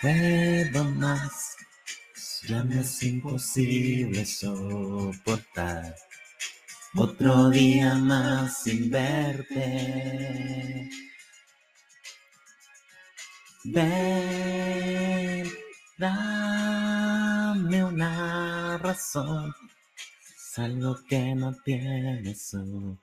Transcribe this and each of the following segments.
Puedo más, ya me es imposible soportar otro día más sin verte. Ven, dame una razón, es algo que no tiene solución.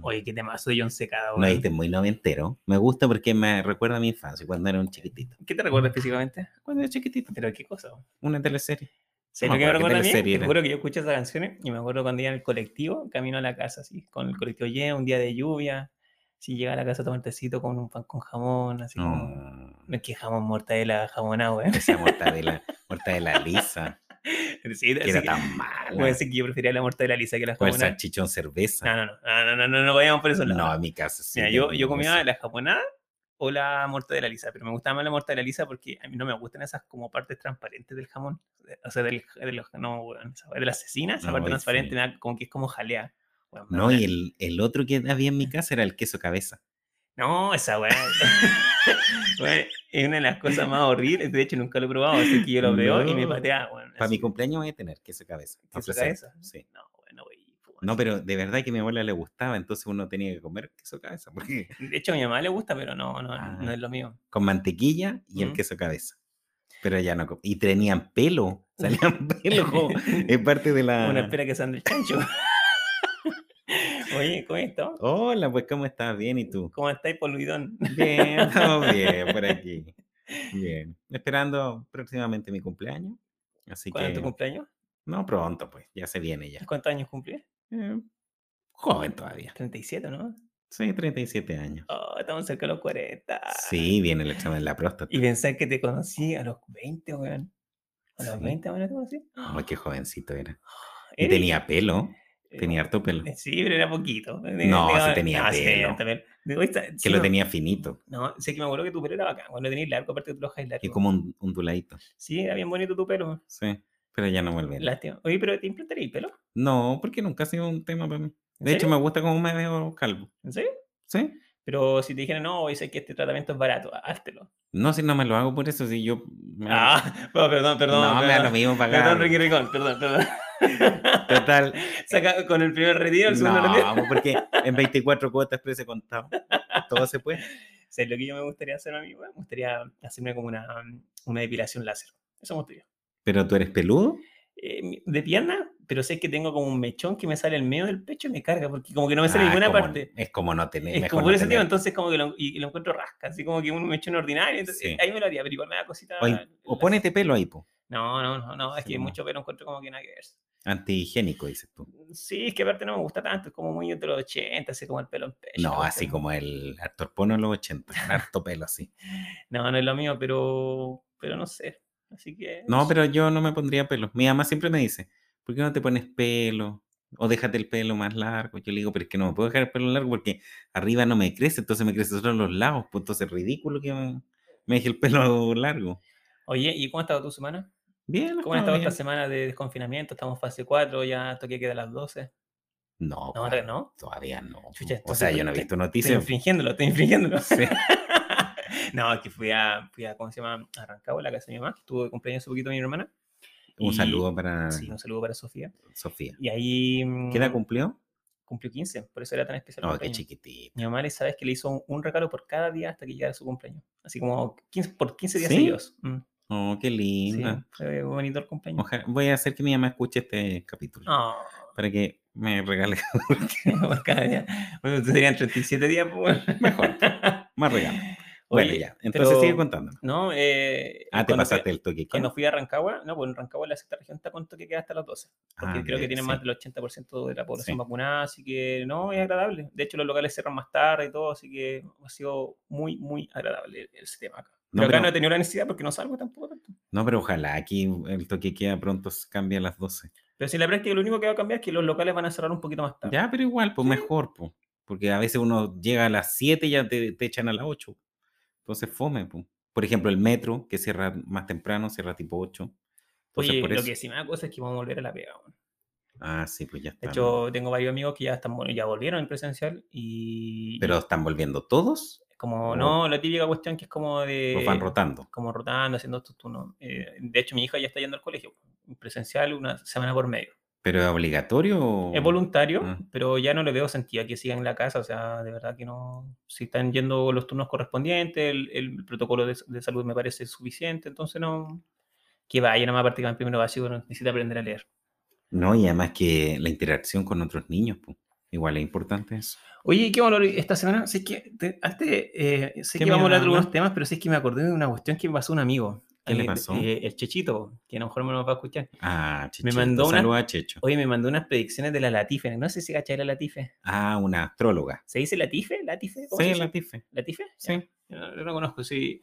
Oye, qué temazo de John Secada, No, weón. este es muy noventero. Me gusta porque me recuerda a mi infancia, cuando era un chiquitito. ¿Qué te recuerdas físicamente? Cuando era chiquitito, Pero qué cosa. weón. una teleserie. ¿Sabes me lo que acuerdo me qué recuerda a mí? teleserie Te era. juro que yo escucho esas canciones y me acuerdo cuando iba en el colectivo, camino a la casa, así, con el colectivo lleno, un día de lluvia, si llega a la casa a tomar tecito con un pan con jamón, así como... No, No es que jamón mortadela, jamón agua, ¿eh? esa mortadela, mortadela lisa, Sí, que así era que- pues tan mala. Voy a decir que yo prefería la mortadela lisa que la O el jamonada. salchichón cerveza. No, no, no, no, no, no, no, no vayamos por Ah, eso. No, a mi casa sí. Mira, yo, tengo yo comía esa. la japonada o la mortadela lisa, pero me gustaba más la mortadela lisa porque a mí no me gustan esas como partes transparentes del jamón. de- O sea, del, de los, no, weón, esa weá de la asesina, esa No, parte ahí transparente, sí. me da como que es como jalea. Weón, me da No, una- y el, el otro que había en mi casa era el queso cabeza. No, esa weá. Weón, es una de las cosas más horribles. De hecho, nunca lo he probado, así que yo lo veo y me No. patea, weón. Para así, mi cumpleaños voy a tener queso cabeza. queso ofrecer, cabeza. Sí. No, weón, no, pues, wey, fu, No, así. pero de verdad que a mi abuela le gustaba, entonces uno tenía que comer queso cabeza. Porque De hecho, a mi mamá le gusta, pero no, no, Ah. no es lo mío. con mantequilla y el Ujú. queso cabeza. Pero ya no. co- Y tenían pelo. Salían pelo. como- es parte de la. Una espera que sande el chancho. Oye, ¿cómo esto? Hola, pues, ¿cómo estás? Bien, ¿y tú? ¿Cómo estáis, Poluidón? Bien, estamos bien por aquí. Bien. Esperando próximamente mi cumpleaños. Así ¿Cuándo que. es tu cumpleaños? No, pronto, pues. Ya se viene ya. ¿Cuántos años cumplí? Eh, joven todavía. 37, ¿no? Soy 37 años. Oh, estamos cerca de los 40. Sí, viene el examen de la próstata. Ah. Y pensar que te conocí a los 20, weón. ¿A los Sí. 20 ahora te conocí? Ay, qué jovencito era. Y Ey, tenía pelo. eh, Tenía harto pelo. eh, Sí, pero era poquito. eh, No, sí digamos, tenía sí pelo. también. Digo, esta- sí, Que lo no- tenía finito. No, sé que me acuerdo que tu pelo era bacán. Cuando lo tenías largo, aparte que tú lo dejáis largo. Y como un onduladito. Sí, era bien bonito tu pelo. Sí. Pero ya no vuelve. Lástima. Oye, pero ¿te implantaría el pelo? No, porque nunca ha sido un tema para mí. ¿En De hecho, serio? me gusta cómo me veo calvo. ¿En serio? ¿Sí? Pero si te dijeran, no, dice que este tratamiento es barato, há- háztelo. No, si no me lo hago por eso, si yo. me da lo- Ah, bueno, perdón, perdón. no, me da lo perdón. mismo pagar. Perdón, Ricky Ricón, perdón, perdón. Total. Saca con el primer retiro, el segundo retiro. No, porque en 24 cuotas precio contado. Todo se puede. ¿Sabes lo que yo me gustaría hacer a mí, weón? Me gustaría hacerme como una, um, una depilación láser. Eso me gustaría. Pero tú eres peludo. Eh, mi- de pierna, pero sé que tengo como un mechón que me sale en medio del pecho y me carga, porque como que no me sale Ah, ninguna como- parte. Es como no tener. Es mejor como no por ese tener. tema, entonces como que lo, y lo encuentro rasca, así como que un mechón ordinario. Entonces, Sí. Ahí me lo haría, pero igual me da cosita. O, in- el o láser. ponete pelo ahí, po. No, no, no, no, es Sí, que no. mucho pelo encuentro como que nada que ver. Antihigiénico, dices tú. Sí, es que aparte no me gusta tanto, es como muy entre los 80, así como el pelo en pecho. No, la así cuestión. como el actor porno de los 80, con harto pelo así. No, no es lo mío, pero, pero no sé. Así que. No, sé. pero yo no me pondría pelo. Mi mamá siempre me dice, ¿por qué no te pones pelo? O déjate el pelo más largo. Yo le digo, pero es que no me puedo dejar el pelo largo porque arriba no me crece, entonces me crece solo en los lados. Pues entonces es ridículo que me, me deje el pelo largo. Oye, ¿y cómo ha estado tu semana? Bien, ¿Cómo ha estado esta bien. semana de desconfinamiento? Estamos fase 4, ya toque queda a las 12. No, No, pues, no. todavía no. Chucha, o entonces sea, tú- yo no he te- visto Estoy noticias. infringiéndolo, estoy infringiéndolo. Sí. no, es que fui a, fui a, ¿cómo se llama? A Rancagua, la casa de mi mamá, que estuvo de cumpleaños hace poquito mi hermana. Un Y- saludo para Sí, un saludo para Sofía. Sofía. Y ahí. Ah, ¿Qué edad mm, cumplió? cumplió 15, por eso era tan especial. el No, qué cumpleaños. chiquitito. Mi mamá le sabes que le hizo un, un regalo por cada día hasta que llegara su cumpleaños. Así como 15 por 15 días ¿Sí? seguidos. Mm, Oh, qué sí, linda. fue bonito el cumpleaños. Oja- voy a hacer que mi mamá escuche este capítulo Ah, para que me regale por cada día. Bueno, entonces serían 37 días. pues, bueno. mejor, más regalo. Oye, Bueno, ya. Entonces sigue pero, contándonos. No, eh, Ah, te cuando pasaste Fui, el toque. cuando fui a Rancagua, no, pues en Rancagua la sexta región está con toque queda hasta las 12. Porque creo que tienen más del 80% de la población Ah, Sí. vacunada, así que no, es agradable. De hecho, los locales cierran más tarde y todo, así que ha sido muy, muy agradable el sistema acá. No, pero acá pero- no he tenido la necesidad porque no salgo tampoco tanto. No, pero ojalá aquí el toque queda pronto se cambie a las 12. Pero si en la práctica lo único que va a cambiar es que los locales van a cerrar un poquito más tarde. Ya, pero igual, pues mejor, pues. Porque a veces uno llega a las 7 y ya te, te echan a las 8. Entonces fome, pues. Por ejemplo, el metro, que cierra más temprano, cierra tipo 8. Entonces, Oye, pues, por lo eso. que sí me da cosa es que vamos a volver a la pega. weón. Ah, sí, pues ya De está. hecho, tengo varios amigos que ya están vol- ya volvieron en presencial y Pero están volviendo todos como Oh. no, la típica cuestión que es como de o van rotando. como rotando, haciendo estos turnos. Eh, de hecho, mi hija ya está yendo al colegio presencial una semana por medio. ¿Pero es obligatorio? o- Es voluntario, Ah. pero ya no le veo sentido a que sigan en la casa. O sea, de verdad que no. Si están yendo los turnos correspondientes, el, el protocolo de, de salud me parece suficiente. Entonces, no. Que vaya, nada más practicar en primero básico, no necesita aprender a leer. No, y además que la interacción con otros niños, pues, igual es importante eso. Oye, ¿qué valor esta semana? Sé que te- antes eh, sé ¿Qué me que vamos a hablar de iba a algunos temas, pero sé que me acordé de una cuestión que me pasó un amigo. ¿Qué le Eh, pasó? eh, el Chechito, que a lo mejor no nos va a escuchar. Ah, Checho. mandó una- Saluda a Checho. Oye, me mandó unas predicciones de la Latife. No sé si cachai la Latife. Ah, una astróloga. ¿Se dice Latife? ¿Latife? ¿Cómo se Sí, dice? la tife. ¿Latife? Ya. Sí. Yo no, yo no conozco, sí.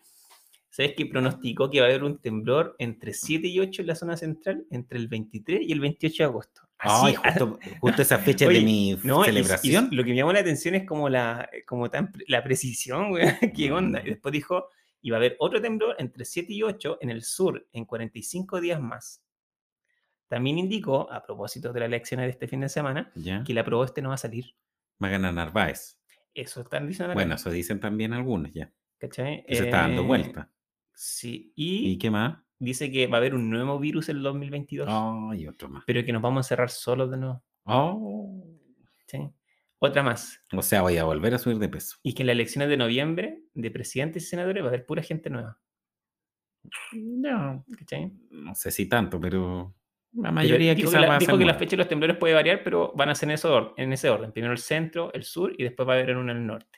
¿Sabes que pronosticó que va a haber un temblor entre 7 y 8 en la zona central, entre el 23 y el 28 de agosto? Ay, Así, a- justo, justo esa fecha Oye, de mi no, y- y celebración. lo que me llamó la atención es como la, eh, como tan, pre- la precisión, güey, Mm. qué onda. Y después dijo, iba a haber otro temblor entre 7 y 8 en el sur, en 45 días más. También indicó, a propósito de las elecciones de este fin de semana, Ya. que la aprobó este no va a salir. Va a ganar Narváez. Eso están diciendo acá, Bueno, eso dicen también algunos ya. ¿cachai? Que se está dando Eh, vuelta. Sí, ¿Y qué más? dice que va a haber un nuevo virus en el 2022, Ay, otro más. pero que nos vamos a encerrar solos de nuevo. Oh. ¿sí? Otra más. O sea, voy a volver a subir de peso. Y que en las elecciones de noviembre de presidentes y senadores va a haber pura gente nueva. No. ¿cachai? No sé si tanto, pero la Pero mayoría dijo que, quizás la, va a dijo ser que la nueva. fecha de los temblores puede variar, pero van a ser en ese, or- en ese orden. Primero el centro, el sur y después va a haber uno en el norte.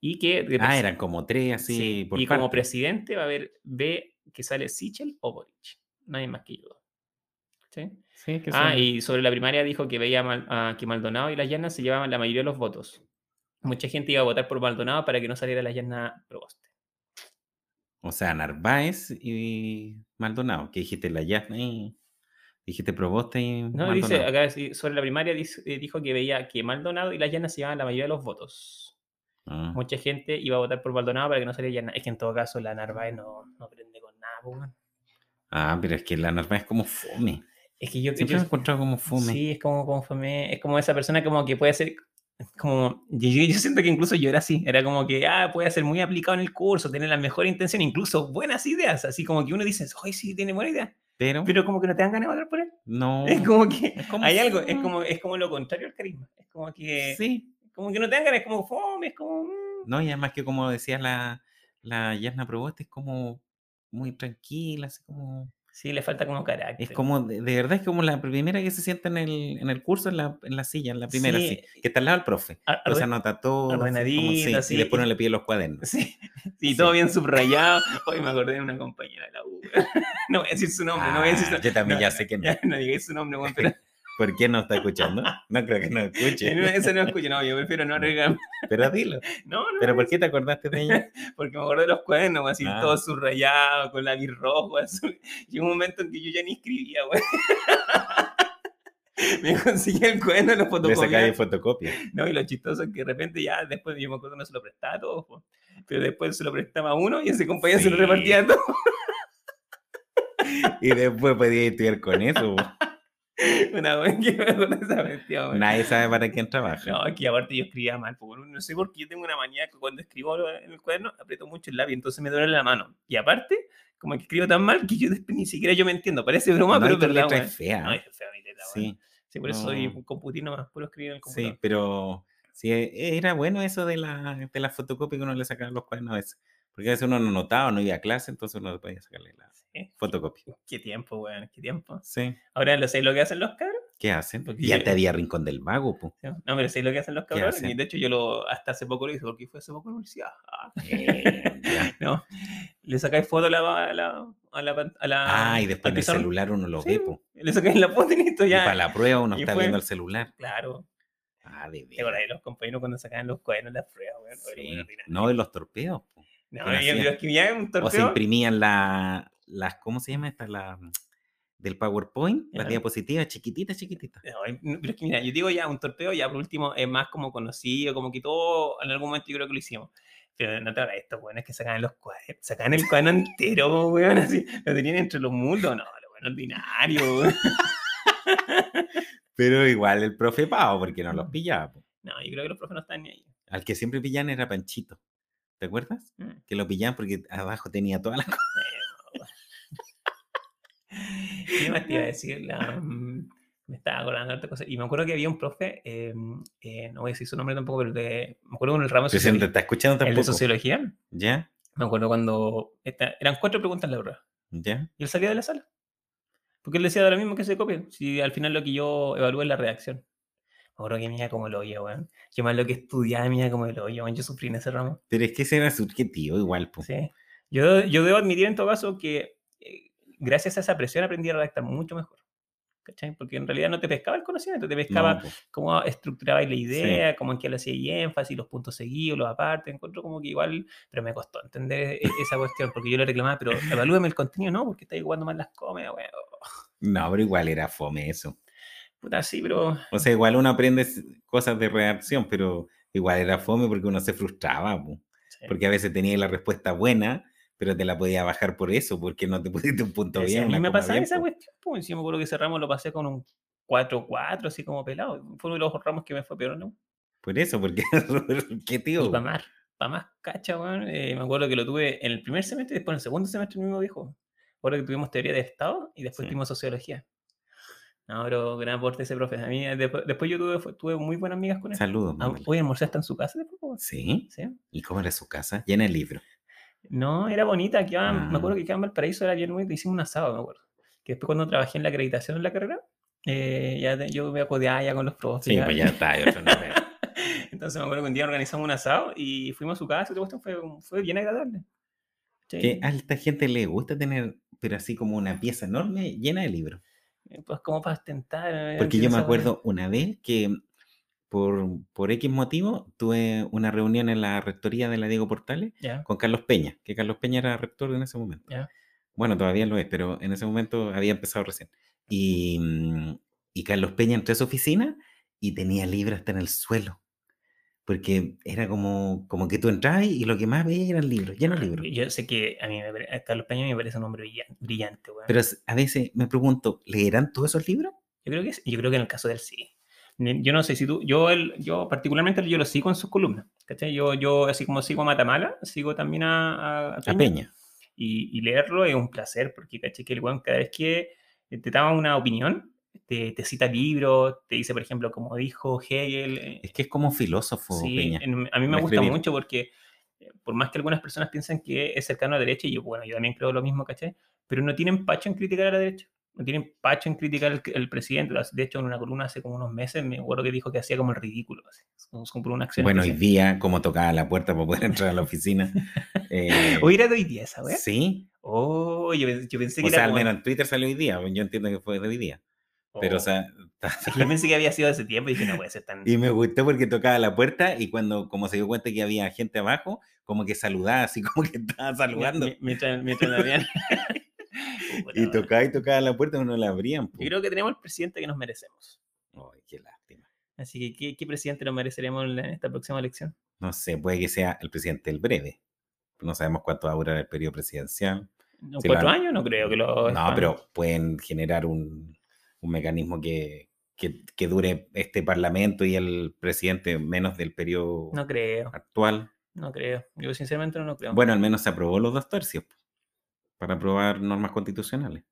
Y que de Ah, presi- eran como tres así sí, por y como parte. presidente va a haber B que sale Sichel o Boric. Nadie más que yo. ¿Sí? Sí, que Ah, son- y sobre la primaria dijo que veía a Mal- a que Maldonado y las llanas se llevaban la mayoría de los votos. Mucha gente iba a votar por Maldonado para que no saliera la llana Proboste. O sea, Narváez y Maldonado, que dijiste la ya. eh, Dijiste Proboste y No, Maldonado. dice, acá dice- sobre la primaria dice- eh, dijo que veía que Maldonado y las llanas se llevaban la mayoría de los votos. Ah, Mucha gente iba a votar por Maldonado para que no saliera llana. Es que en todo caso la Narváez no, no prende con nada, po, weón. Ah, pero es que la Narváez es como fome. Es que yo, Siempre yo- me he encontrado como fome. Sí, es como, como fome- es como esa persona como que puede ser como yo, yo- yo siento que incluso yo era así, era como que ah, puede ser muy aplicado en el curso, tener la mejor intención, incluso buenas ideas, así como que uno dice, "Ay, sí, tiene buena idea", Pero, pero como que no te dan ganas de votar por él. no. Es como que es como hay algo, es fome. como es como lo contrario al carisma, es como que Sí. como que no te dan ganas, es como fome, es como mm, No, y además que como decía la, la Yasna Proboste, es como muy tranquila, así como... sí, le falta como carácter. Es como, de, de verdad, es como la primera que se sienta en el, en el curso, en la, en la silla, en la primera, Sí. así, que está al lado del profe. Ar- Entonces arre- anota todo, así, como, ordenadito, sí, así, y después y- no le pide los cuadernos. Sí, sí, Sí. todo bien subrayado. Hoy me acordé de una compañera de la U. No voy a decir su nombre, no voy a decir su Ah, yo también no, ya sé que no. Ya, no digáis su nombre, weón, pero ¿Por qué no está escuchando? No creo que no en una de escuche. esas no escucho, no, yo prefiero no No. arriesgarme. Pero dilo. No, no, ¿Pero por qué te acordaste de ella? porque me acordé de los cuadernos, weón, así Ah. todo subrayado, con lápiz rojo, azul. Llegó un momento en que yo ya ni escribía, güey. Me conseguí el cuaderno, lo Le sacáis fotocopié. fotocopia. No, y lo chistoso es que de repente ya después yo me acuerdo no se lo prestaba a todos, po, pero después se lo prestaba a uno y ese compañero se lo Sí. repartía a todos. Y después podía estudiar con eso. po. Una wea que me acuerdo de esa bestia, wea. Nadie sabe para quién trabaja. No, aquí aparte yo escribía mal, po, no sé por qué yo tengo una manía que cuando escribo lo- en el cuaderno aprieto mucho el labio, entonces me duele la mano. Y aparte, como que escribo tan mal que yo después ni siquiera yo me entiendo, parece broma, No, pero y es tu verdad, letra wea. es fea. No, es fea mi letra, wea. sí, Sí, por eso soy no. un computín nomás, puro escribir en el computador. sí, pero sí, e- era bueno eso de la, de la fotocopia que uno le sacaba los cuadernos a veces. Porque a veces uno no notaba, no iba a clase, entonces uno podía sacarle la Sí. fotocopia. Qué tiempo, weón, qué tiempo. Sí. Ahora lo sé lo que hacen los cabros. ¿Qué hacen? Porque Ya yo- te había rincón del vago, po. ¿sí? No, pero sé lo que hacen los ¿Qué cabros. hacen? Y de hecho yo lo hasta hace poco lo hice, porque fue hace poco en la universidad. Ah. Eh, ya. No, le sacáis foto a la, a la, a la, pan- a la- Ah, y después al en el pizarrón. celular uno lo Sí, ve, po. Le sacáis la foto y listo, Y ya. para la prueba uno y está fue- viendo el celular. Claro. Ah, de Te acordás veras. de los compañeros cuando sacaban los cuadernos las pruebas, weón. Oye, Sí. bueno, mira. No de los torpedos, po. No, ¿quién yo- hacía? yo escribía O un se torpeo. imprimían la- las, ¿cómo se llama esta? La, mm, del PowerPoint, las Ya. diapositivas chiquititas, chiquititas. No, eh, no, pero es que mira, yo digo ya, un torpeo ya por último es más como conocido, como que todo en algún momento yo creo que lo hicimos. Pero no te hagas esto, weón, es que sacaban los cuadernos, sacaban el cuaderno entero, weón, así, lo tenían entre los mundos, no, lo bueno ordinario, weón. Pero igual el profe Pau, porque no los pillaba. po. No, yo creo que los profes no están ni ahí. Al que siempre pillaban era Panchito. ¿Te acuerdas? Mm. Que lo pillaban porque abajo tenía todas las cosas. ¿Qué más te iba a decir? La, mm, me estaba acordando de otra cosa. Y me acuerdo que había un profe, eh, eh, no voy a decir su nombre tampoco, pero de, me acuerdo con el ramo de Se te sociología. está escuchando El de tampoco. sociología. ¿Ya? Me acuerdo cuando esta- eran cuatro preguntas en la prueba. ¿Ya? Y él salía de la sala. Porque él decía de lo mismo que se copie. Si al final lo que yo evalúo es la redacción. Me acuerdo que mía como el hoyo, weón. Yo más lo que estudiaba mía como el hoyo, weón. Yo sufrí en ese ramo. Pero es que ese era subjetivo igual, po. Sí. Yo, yo debo admitir en todo caso que eh, gracias a esa presión aprendí a redactar mucho mejor. ¿Cachai? Porque en realidad no te pescaba el conocimiento, te No, pescaba po. cómo estructurabais la Sí. idea, cómo en qué lo hacía énfasis, los puntos seguidos, los aparte, encuentro como que igual, pero me costó entender e- esa cuestión, porque yo le reclamaba, pero evalúeme el contenido, no, porque estáis jugando más las comias, weón. No, pero igual era fome eso. Puta, sí, pero O sea, igual uno aprende s- cosas de redacción, pero igual era fome porque uno se frustraba, po. sí, porque a veces tenía la respuesta buena, pero te la podía bajar por eso, porque no te pusiste un punto decía, bien. a mí una me coma pasaba bien, esa po. cuestión, pues, sí, me acuerdo que ese ramo lo pasé con un 4-4, así como pelado, fue uno de los ramos que me fue peor, ¿no? Por eso, porque era súper Y subjetivo. para po. más, pa' más cacha, weón, eh, me acuerdo que lo tuve en el primer semestre y después en el segundo semestre el mismo viejo. Me acuerdo que tuvimos teoría de Estado y después Sí. tuvimos sociología. No, pero gran aporte ese profe. A mí, eh, después, después yo tuve, fue- tuve muy buenas amigas con él. Saludos, Ah, mándale. Oye, almorzaste en su casa después, po? Sí. ¿Sí? ¿Y cómo era su casa? Llena de libros. No, era bonita. quedaba- Me Ah. acuerdo que quedaba en Valparaíso, era bien bonita. Hicimos un asado, me acuerdo. Que después cuando trabajé en la acreditación en la carrera, eh, ya te- yo me acodeaba ya con los profes. Sí, ya. pues ya está. de otro nivel. Entonces me acuerdo que un día organizamos un asado y fuimos a su casa y todo esto fue, fue bien agradable. Sí, que a esta gente le gusta tener, pero así como una pieza enorme llena de libros. eh, Pues como para ostentar. eh, Porque tiene yo me esa buena- acuerdo una vez que por, por X motivo tuve una reunión en la rectoría de la Diego Portales Ya, con Carlos Peña, que Carlos Peña era rector en ese momento. Ya. Bueno, todavía lo es, pero en ese momento había empezado recién. Y, mm, y Carlos Peña entró a su oficina y tenía libros hasta en el suelo. Porque era como, como que tú entrabas y lo que más veías eran libros, ya no ah, libros. Yo sé que a mí, me pare- a Carlos Peña me parece un hombre brillan- brillante, weón. Pero s- a veces me pregunto, ¿leerán todos esos libros? Yo creo que sí- yo creo que en el caso de él sí. Ne- Yo no sé si tú, yo él, yo particularmente yo lo sigo en sus columnas, ¿cachai? Yo, yo así como sigo a Matamala, sigo también a, a- a A Peña, Peña. Y, y leerlo es un placer, porque ¿cachai? Que el weón cada vez que eh, te da una opinión, te, te cita libros, te dice, por ejemplo, como dijo Hegel, eh, Es que es como filósofo, Sí, Peña. en- a mí me para gusta escribir. mucho porque, eh, por más que algunas personas piensan que es cercano a la derecha, y yo, bueno, yo también creo lo mismo, ¿cachai? Pero no tienen pacho en criticar a la derecha. No tienen pacho en criticar al al presidente. Lo hace- De hecho, en una columna hace como unos meses me acuerdo que dijo que hacía como el ridículo. así, como- como por una acción. Bueno, hoy especial. día, como tocaba la puerta para poder entrar a la oficina. eh, Hoy era de hoy día esa, weá. sí, Oh, yo, pens- yo pensé que o era sea, al como- menos en Twitter salió hoy día. Yo entiendo que fue de hoy día. Pero, o Oh, sea, es que yo pensé que había sido hace tiempo y dije, no puede ser tan. y me gustó porque tocaba la puerta y cuando, como se dio cuenta que había gente abajo, como que saludaba, así como que estaba saludando. Mi- Mientras, mientras me habían- Puta, Y weón. tocaba y tocaba la puerta y no la abrían. po. Yo creo que tenemos el presidente que nos merecemos. Ay, qué lástima. Así que, ¿qué, qué presidente nos mereceremos en la- en esta próxima elección? No sé, puede que sea el presidente el breve. No sabemos cuánto va a durar el periodo presidencial. ¿No, Sí, lo ¿Cuatro han- años? No creo que lo. No, expandan. pero pueden generar un, un mecanismo que, que, que dure este parlamento y el presidente menos del periodo No creo, actual. no creo. Yo sinceramente no lo creo. Bueno, al menos se aprobó los dos tercios po, para aprobar normas constitucionales.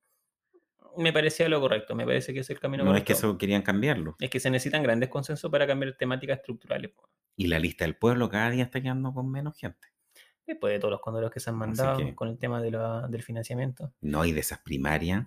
Me parecía lo correcto, me parece que es el camino No es correcto. que eso querían cambiarlo. Es que se necesitan grandes consensos para cambiar temáticas estructurales. po. Y la lista del pueblo cada día está quedando con menos gente. Después de todos los condoros que se han Así mandado que- con el tema de la- del financiamiento. No, y de esas primarias.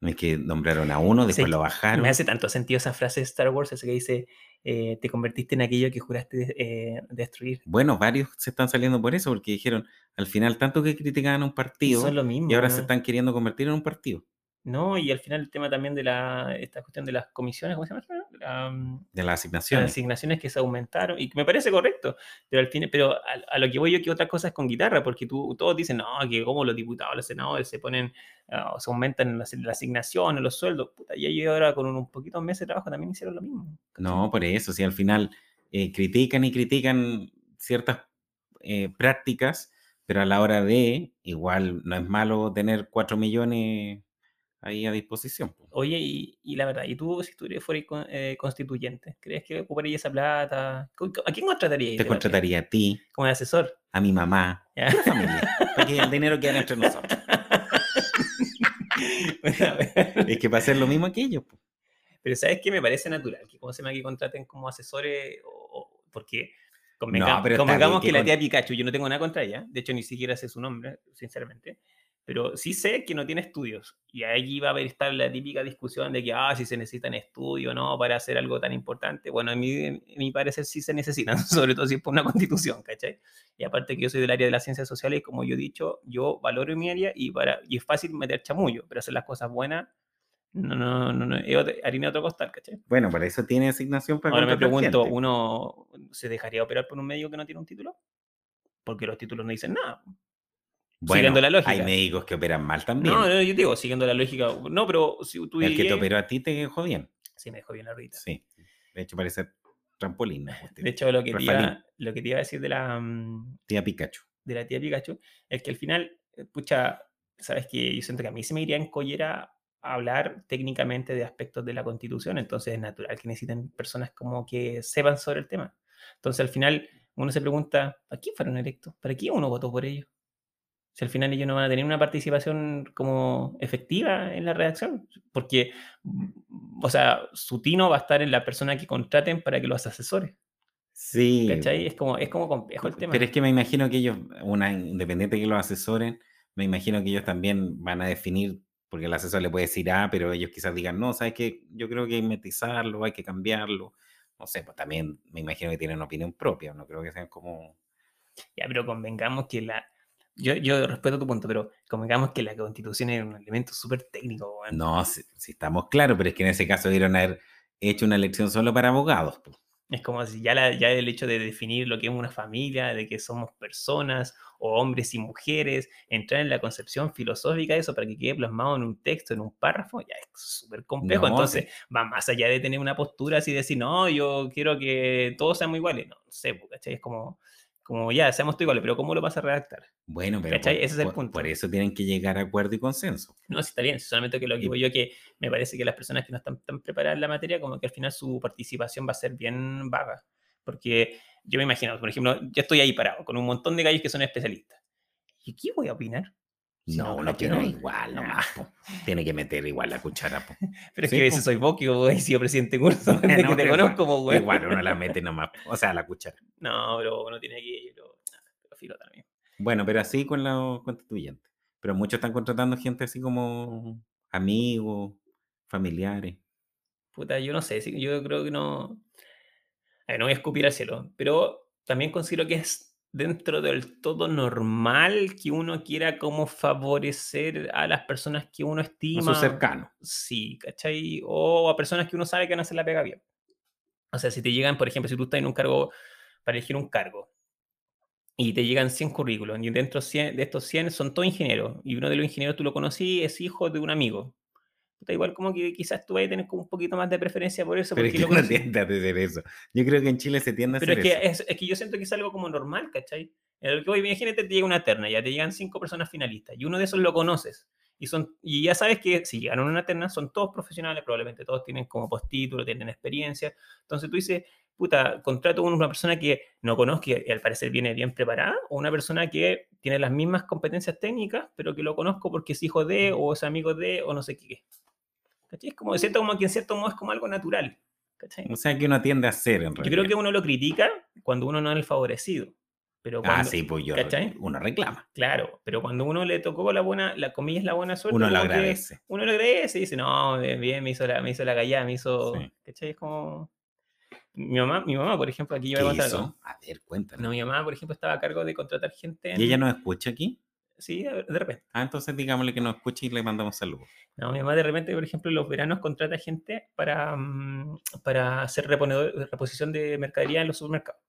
No es que nombraron a uno, después que lo bajaron. Me hace tanto sentido esa frase de Star Wars, esa que dice, eh, te convertiste en aquello que juraste eh, destruir. Bueno, varios se están saliendo por eso, porque dijeron, al final, tanto que criticaban a un Y partido, son lo mismo. y ahora se weón. están queriendo convertir en un partido. No, y al final el tema también de la, esta cuestión de las comisiones, ¿cómo se llama? La, mm, de las las asignaciones. asignaciones que se aumentaron y que me parece correcto, pero al fin, pero a, a lo que voy yo que otra cosa es con guitarra, porque tú, todos dicen, no, que como los diputados, los senadores se ponen, ah, o se aumentan las, las asignaciones, los sueldos, puta, y ellos ahora con un, poquito meses de trabajo también hicieron lo mismo. ¿cachai? No, por eso, si al final eh, critican y critican ciertas eh, prácticas, pero a la hora de, igual no es malo tener 4 millones ahí a disposición. po. Oye, y, y la verdad, ¿y tú si tú fueras con- eh, constituyente, crees que ocuparías esa plata? ¿Con- con- ¿A quién contratarías? Te contrataría a ti, Como asesor. a mi mamá, Ya. a la familia, para que el dinero quede entre nosotros. Bueno, a ver. Es que va a ser lo mismo que ellos. po. Pero ¿sabes qué? Me parece natural que como se llama que contraten como asesores o, o- porque No, pero está bien convengamos que que la con- tía Pikachu, yo no tengo nada contra ella, de hecho ni siquiera sé su nombre, sinceramente, pero sí sé que no tiene estudios y allí va a haber estar la típica discusión de que, ah, si se necesitan estudios, ¿no? Para hacer algo tan importante. Bueno, a mi, en mi parecer sí se necesitan, sobre todo si es por una constitución, ¿cachai? Y aparte que yo soy del área de las ciencias sociales, como yo he dicho, yo valoro mi área y, para, y es fácil meter chamullo, pero hacer las cosas buenas no, no, no, no, es otra- harina de otro costal, ¿cachai? Bueno, para eso tiene asignación para Ahora me contratar pregunto, gente. ¿uno se dejaría operar por un médico que no tiene un título? Porque los títulos no dicen nada. siguiendo la lógica. Hay médicos que operan mal también. No, no, yo digo, siguiendo la lógica, no, pero si tú el que te dirías- operó a ti te dejó bien. Sí, me dejó bien la ruita. Sí. De hecho, parece trampolín. ¿no? Este, De hecho, lo que, te Rafaelín. iba, lo que te iba a decir de la, mm, Tía Pikachu. de la tía Pikachu es que al final, eh, pucha, sabes que yo siento que a mí se me iría en collera hablar técnicamente de aspectos de la constitución, entonces es natural que necesiten personas como que sepan sobre el tema. Entonces al final uno se pregunta, ¿para quién fueron electos? ¿Para quién uno votó por ellos? Si al final ellos no van a tener una participación como efectiva en la redacción, porque, mm, o sea, su tino va a estar en la persona que contraten para que los asesores, Sí. ¿cachai? Es como, es como complejo el tema. Pero es que me imagino que ellos, una independiente que los asesoren, me imagino que ellos también van a definir, porque el asesor le puede decir, ah, pero ellos quizás digan, no, sabes que yo creo que hay que metizarlo, hay que cambiarlo. No sé, pues también me imagino que tienen opinión propia, no creo que sean como... Ya, pero convengamos que la. Yo, yo respeto tu punto, pero convengamos que la constitución es un elemento súper técnico, weón. No, si, si estamos claros, pero es que en ese caso dieron haber hecho una elección solo para abogados. pues. po. Es como si ya, la- ya el hecho de definir lo que es una familia, de que somos personas o hombres y mujeres, entrar en la concepción filosófica de eso para que quede plasmado en un texto, en un párrafo, ya es súper complejo. No, Entonces, va más allá de tener una postura así de decir, no, yo quiero que todos seamos iguales. No, no sé, po, ¿cachai? Es como, como ya, seamos todos iguales, pero ¿cómo lo vas a redactar? Bueno, pero ¿Cachai? Ese es el por- punto. por eso tienen que llegar a acuerdo y consenso. No, sí, está bien, solamente que lo que Y- digo yo que me parece que las personas que no están tan preparadas en la materia, como que al final su participación va a ser bien vaga. Porque yo me imagino, por ejemplo, yo estoy ahí parado con un montón de gallos que son especialistas. ¿Y qué voy a opinar? Si No, no, no ¿para qué quiero no? igual, Nah. nomás. po. Tiene que meter igual la cuchara. po. Pero es Sí, que a po. veces soy vos que vos has sido presidente de curso, No, desde que te pero conozco, po, weón. Igual uno la mete nomás. po. O sea, la cuchara. No, pero uno tiene que... Pero, pero filo también. Bueno, pero así con los constituyentes. Pero muchos están contratando gente así como amigos, familiares. Puta, yo no sé, sí, yo creo que no. A ver, no voy a escupir al cielo, pero también considero que es dentro del todo normal que uno quiera como favorecer a las personas que uno No estima. sus cercanos. Sí, ¿cachai? O a personas que uno sabe que van a hacer la pega bien. O sea, si te llegan, por ejemplo, si tú estás en un cargo, para elegir un cargo, y te llegan 100 currículos, y dentro 100 de estos 100 son todos ingenieros, y uno de los ingenieros tú lo conocí, es hijo de un amigo. Da igual como que quizás tú vayas a tener como un poquito más de preferencia por eso, Pero es porque que lo no conocí. tiende a hacer eso. Yo creo que en Chile se tiende a Pero hacer es que, eso. es, es que yo siento que es algo como normal, ¿cachai? A lo que voy, imagínate, te llega una terna, ya te llegan cinco personas finalistas y uno de esos lo conoces. Y, son, y ya sabes que si llegaron a una terna son todos profesionales, probablemente todos tienen como postítulo, tienen experiencia. Entonces tú dices, puta, contrato a una persona que no conozco y al parecer viene bien preparada, o una persona que tiene las mismas competencias técnicas, pero que lo conozco porque es hijo de, o es amigo de, o no sé qué. ¿Cachai? Es como, siento como que en cierto modo es como algo natural. ¿Cachai? O sea, que uno tiende a hacer en Yo realidad. creo que uno lo critica cuando uno no es el favorecido. Pero cuando, Ah, sí, pues yo. ¿cachai? Uno reclama. Claro, pero cuando uno le tocó la buena, la comillas, la buena suerte. Uno lo como que agradece. Uno lo agradece y dice, no, bien, bien, me hizo la, me hizo la gallada, me hizo. Sí. ¿Cachai? Es como. Mi mamá, mi mamá, por ejemplo, aquí yo ¿Qué voy a contar. algo. hizo? A ver, cuéntanos. No, mi mamá, por ejemplo, estaba a cargo de contratar gente. ¿Y ella en- nos escucha aquí? Sí, de de repente. Ah, entonces digámosle que nos escucha y le mandamos saludos. No, mi mamá de repente, por ejemplo, los veranos contrata gente para, mm, para hacer reponedor- reposición de mercadería en los supermercados.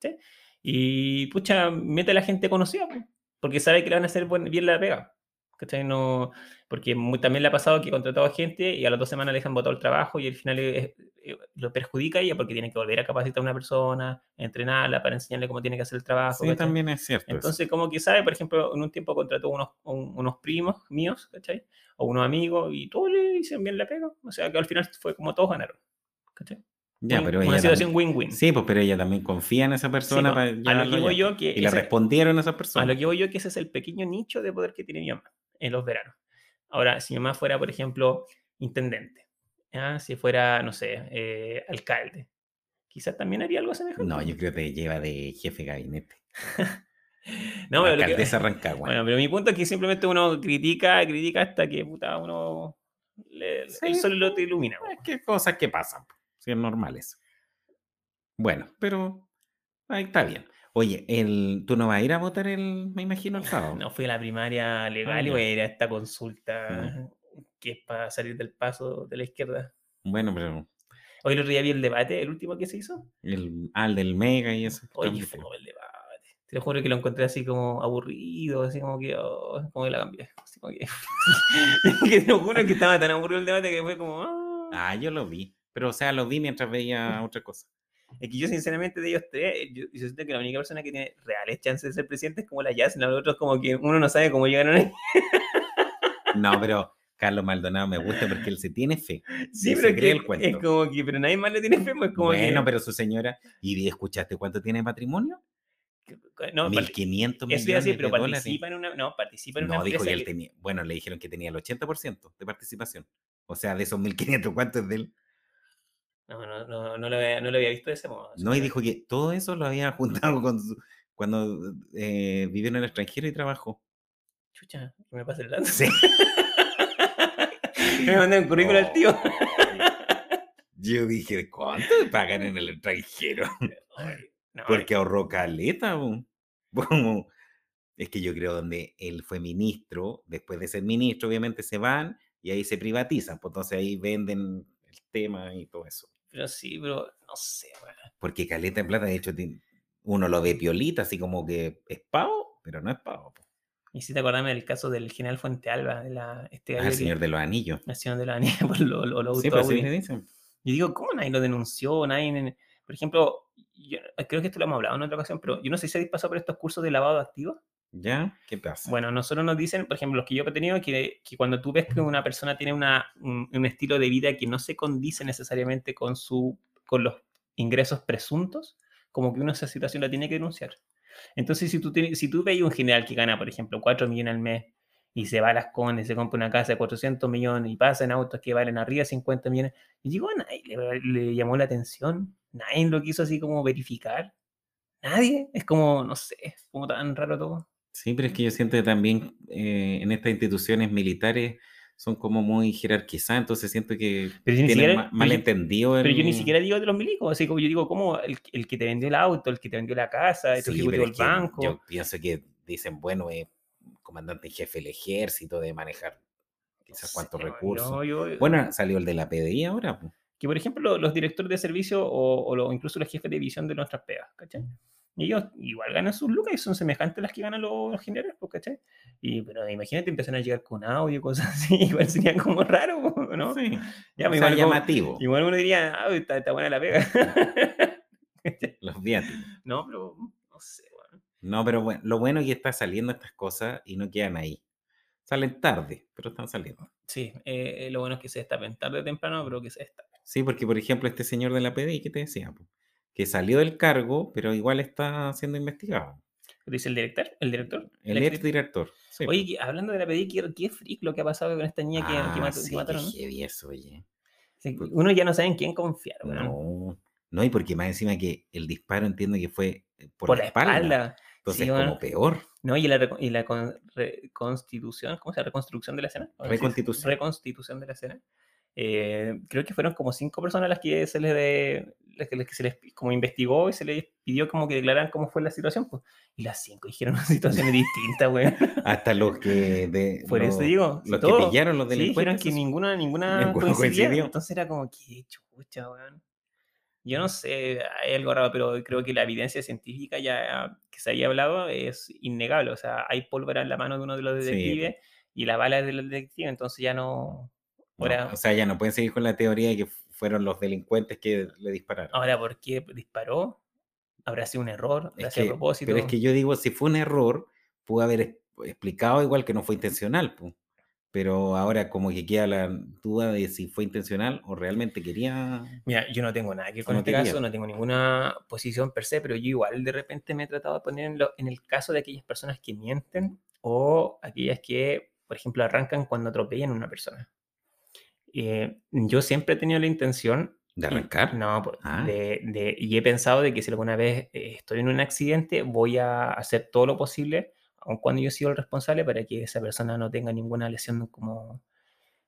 ¿cachai? Y pucha, mete a la gente conocida, po, porque sabe que le van a hacer buen- bien la pega. ¿cachai? No, porque muy- también le ha pasado que ha contratado gente y a las dos semanas le dejan botado el trabajo y al final eh, eh, lo perjudica a ella porque tiene que volver a capacitar a una persona, entrenarla para enseñarle cómo tiene que hacer el trabajo. Sí, ¿cachai? también es cierto. eso. Entonces, como que sabe, por ejemplo, en un tiempo contrató unos, un- unos primos míos, ¿cachai? O unos amigos y todos le hicieron bien la pega. O sea, que al final fue como todos ganaron. ¿cachai? ya, Un- pero una ella situación también- win-win. Sí, pues, pero ella también confía en esa Sí, persona no, para a lo llevarlo que voy allá. yo que Y le ese- respondieron a esa a persona. lo que voy yo que ese es el pequeño nicho de poder que tiene mi mamá en los veranos. Ahora, si mi mamá fuera, por ejemplo, intendente, ¿ya? si fuera, no sé, eh, alcalde, quizás también haría algo semejante. No, yo creo que te lleva de jefe de gabinete. No, pero lo que- alcaldesa Rancagua. Bueno, pero mi punto es que simplemente uno critica, critica hasta que puta, uno le- Sí, el sol lo te ilumina. po. Ah, Es que cosas que pasan, po, si es normal eso. Bueno, pero ahí está bien. Oye, el, tú no vas a ir a votar el, me imagino, el sábado. No fui a la primaria legal y ya. voy a ir a esta consulta que es para salir del paso de la izquierda. Bueno, pero Hoy el otro día vi el debate, el último que se hizo. el, al del Mega y eso. Oye, cambio, qué pero- fome el debate. Te lo juro que lo encontré así como aburrido, así como que, oh, como que la cambié. Así como que, que te lo juro que estaba tan aburrido el debate que fue como... ah. Ah, yo lo vi. Pero, o sea, lo vi mientras veía otra cosa. Es que yo, sinceramente, de ellos tres, eh, yo, yo siento que la única persona que tiene reales chances de ser presidente es como la Jazz, los otros como que uno no sabe cómo llegaron ahí. No, pero Carlos Maldonado me gusta porque él se tiene fe. Sí, se pero es cree que el es cuento. como que, pero nadie más le tiene fe, pues como bueno, que... pero su señora. ¿Y escuchaste cuánto tiene de patrimonio? que- No, 1.500 parti- millones eso iba a decir, de pero dólares. participa en una... No, participa en una No, dijo empresa que él que- tenía, bueno, le dijeron que tenía el 80% de participación. O sea, de esos 1.500, ¿cuánto es de él? No, no, no, no lo había, no lo había visto de ese modo. No, y sí. dijo que todo eso lo había juntado con su- cuando eh, vivió en el extranjero y trabajó. Chucha, que me pasa el dato. Sí. me mandé un currículum al tío. Ay, Oh, Yo dije, ¿cuánto le pagan en el extranjero? No, Porque ahorró caleta. po. Como- Es que yo creo donde él fue ministro, después de ser ministro, obviamente se van y ahí se privatizan. pues, entonces ahí venden el tema y todo eso. Pero sí, pero no sé, weón. Porque caleta en plata, de hecho, tien- uno lo ve piolita, así como que es pavo, pero no es pavo. po. Me hiciste acordarme del caso del general Fuente Alba, de la, este Ah, gallo el que- señor de los anillos. el señor de la niña por lo, lo, lo Sí, auto pues así audio. le dicen. Yo digo, ¿cómo nadie lo denunció? Nadie, en- por ejemplo, yo creo que esto lo hemos hablado en otra ocasión, pero yo no sé si habéis pasado por estos cursos de lavado de activos. ¿Ya? ¿Qué pasa? Bueno, nosotros nos dicen, por ejemplo, los que yo he tenido, que, que cuando tú ves que una persona tiene una, un, un estilo de vida que no se condice necesariamente con, su, con los ingresos presuntos, como que uno esa situación la tiene que denunciar. Entonces, si tú, tienes- si tú veis un general que gana, por ejemplo, 4 millones al mes y se va a las condes, se compra una casa de 400 millones y pasa en autos que valen arriba de 50 millones, y digo, a nadie le, le llamó la atención, nadie lo quiso así como verificar, nadie, es como, no sé, es como tan raro todo. Sí, pero es que yo siento que también eh, en estas instituciones militares son como muy jerarquizadas, entonces siento que Pero si ni tienen siquiera- ma- pero yo- malentendido. Pero yo ni el- siquiera digo de los milicos, así como yo digo, como el, que- el que te vendió el auto, el que te vendió la casa, el Sí, ejecutivo pero es del que banco. Yo pienso que dicen, bueno, es comandante en jefe del ejército, de manejar no quizás sé, cuántos weón, recursos. yo- yo- Bueno, salió el de la PDI ahora. po. que por ejemplo los directores de servicio o, o lo- incluso los jefes de división de nuestras pegas, ¿cachai? Y ellos igual ganan sus lucas y son semejantes a las que ganan los, los generales, pues, ¿cachai? Y, pero imagínate, empiezan a llegar con audio, cosas así, igual sería como raro, po, ¿no? Sí, Ya, o pues, sea, igual, como- llamativo. igual uno diría, ah, está, está buena la pega. Los viáticos. no, pero no sé, weón. No, pero bueno, lo bueno es que está saliendo estas cosas y no quedan ahí. Salen tarde, pero están saliendo. Sí, eh, lo bueno es que se destapen tarde o temprano, pero que se destapen. Sí, porque por ejemplo este señor de la PDI, ¿qué te decía? po? Que salió del cargo, pero igual está siendo investigado. Lo dice el director, el director. El ex ex director. Sí, Oye, po. que- hablando de la PDI, qué, qué freak lo que ha pasado con esta niña que, que Ah, mató- que sí, qué mataron. ¿no? heavy eso, oye. Sí, Porque- Uno ya no sabe en quién confiar, weón. No, no, y porque más encima que el disparo entiendo que fue eh, por, por, la espalda. Entonces sí, como bueno. peor. ¿No? Y la, reco- y la con- reconstitución, ¿cómo se llama? Reconstrucción de la escena. ¿o así es? Reconstitución. Reconstitución de la escena. Eh, creo que fueron como cinco personas las que se les, de- las que, las que se les como investigó y se les pidió como que declararan cómo fue la situación. pues. Y las cinco dijeron situaciones distintas, güey. Hasta los que de, Por eso los- digo, si los que todo- pillaron los Sí, dijeron delincuentes. que esos- ninguna, ninguna ninguno coincidía. coincidió. Entonces era como que chucha, weón. Yo Mm. no sé, hay algo raro, pero creo que la evidencia científica ya que se había hablado es innegable. O sea, hay pólvora en la mano de uno de los Sí, po. detectives y la bala es del detective, entonces ya no... No, Ahora, o sea, ya no pueden seguir con la teoría de que fueron los delincuentes que le dispararon. ahora, ¿por qué disparó? ¿Habrá sido un error? ¿Habrá Es sido que- a propósito? Pero es que yo digo, si fue un error, pudo haber es- explicado igual que no fue intencional, po. pero ahora como que queda la duda de si fue intencional o realmente quería... Mira, yo no tengo nada que ver con No este tenía. caso, no tengo ninguna posición per se, pero yo igual de repente me he tratado de poner en, lo- en el caso de aquellas personas que mienten o aquellas que, por ejemplo, arrancan cuando atropellan a una persona. Eh, yo siempre he tenido la intención ¿De y- arrancar? Mm. No, por- Ah. de- de- y he pensado de que si alguna vez eh, estoy en un accidente, voy a hacer todo lo posible, aun cuando yo he sido el responsable, para que esa persona no tenga ninguna lesión como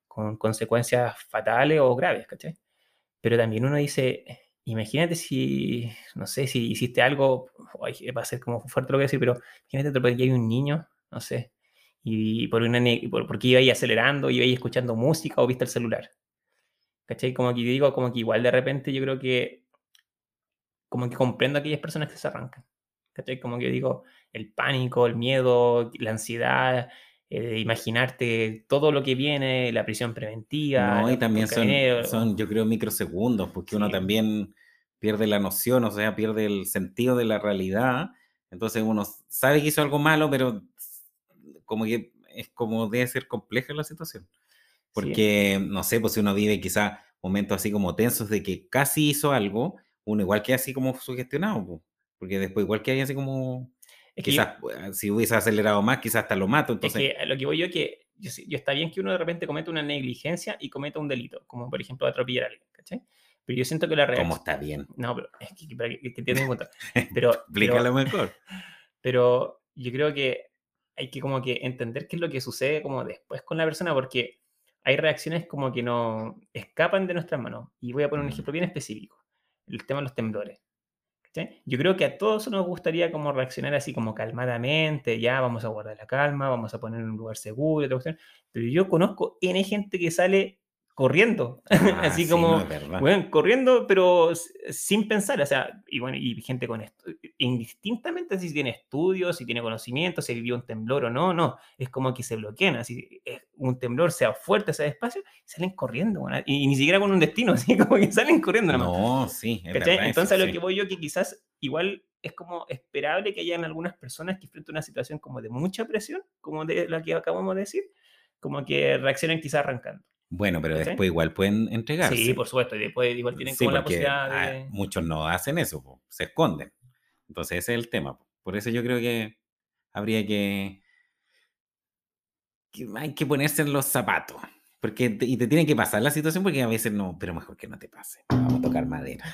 con consecuencias fatales o graves, ¿cachai? Pero también uno dice, imagínate si, no sé, si hiciste algo, ay, va a ser como fuerte lo que voy a decir, pero imagínate atropellar a un niño, no sé, y por una, ne- por, porque iba ahí acelerando, iba ahí escuchando música o viste el celular. ¿Cachai? Como que yo digo, como que igual de repente yo creo que, como que comprendo a aquellas personas que se arrancan. ¿Cachai? Como que digo, el pánico, el miedo, la ansiedad, eh, de imaginarte todo lo que viene, la prisión preventiva. No, los- y los también son, carabineros, son, yo creo, microsegundos, porque uno Sí. también pierde la noción, o sea, pierde el sentido de la realidad. Entonces uno s- sabe que hizo algo malo, pero s- como que es como debe ser compleja la situación. Porque, no sé, pues si uno vive quizá momentos así como tensos de que casi hizo algo, uno igual queda así como sugestionado, po, porque después igual que hay así como, Es que yo- quizás pues, si hubiese acelerado más, quizás hasta lo mato. Entonces, es que a lo que voy yo que yo, sé- yo está bien que uno de repente cometa una negligencia y cometa un delito, como por ejemplo atropellar a alguien, ¿cachai? Pero yo siento que la como reacción... está bien, No, pero es que, para que- que te tengo que contar. Pero, pero, explícalo mejor. pero yo creo que hay que como que entender qué es lo que sucede como después con la persona porque hay reacciones como que no escapan de nuestras manos. Y voy a poner un Mm. ejemplo bien específico, el tema de los temblores. ¿cachai? Yo creo que a todos nos gustaría como reaccionar así como calmadamente, ya vamos a guardar la calma, vamos a poner en un lugar seguro, otra cuestión, pero yo conozco N gente que sale corriendo, Ah, así sí, no, como es verdad. Weón, corriendo, pero s- sin pensar, o sea, y bueno, y gente con esto, indistintamente si tiene estudios, si tiene conocimiento, si vivió un temblor o no, no, es como que se bloquean, así, es un temblor sea fuerte, sea despacio, salen corriendo, weón, y, y ni siquiera con un destino, así como que salen corriendo nomás, No, sí, es ¿cachai? verdad eso, Entonces a lo sí. que voy yo que quizás igual es como esperable que hayan algunas personas que frente a una situación como de mucha presión, como de la que acabamos de decir, como que reaccionen quizás arrancando. Bueno, pero ¿cachai? después igual pueden entregarse. Sí, por supuesto, y después igual tienen Sí, como la porque, ah, posibilidad de... muchos no hacen eso, po, se esconden. Entonces ese es el tema. po. Por eso yo creo que habría que, que hay que ponerse en los zapatos. Porque te- y te tiene que pasar la situación porque a veces no, pero mejor que no te pase. Vamos a tocar madera.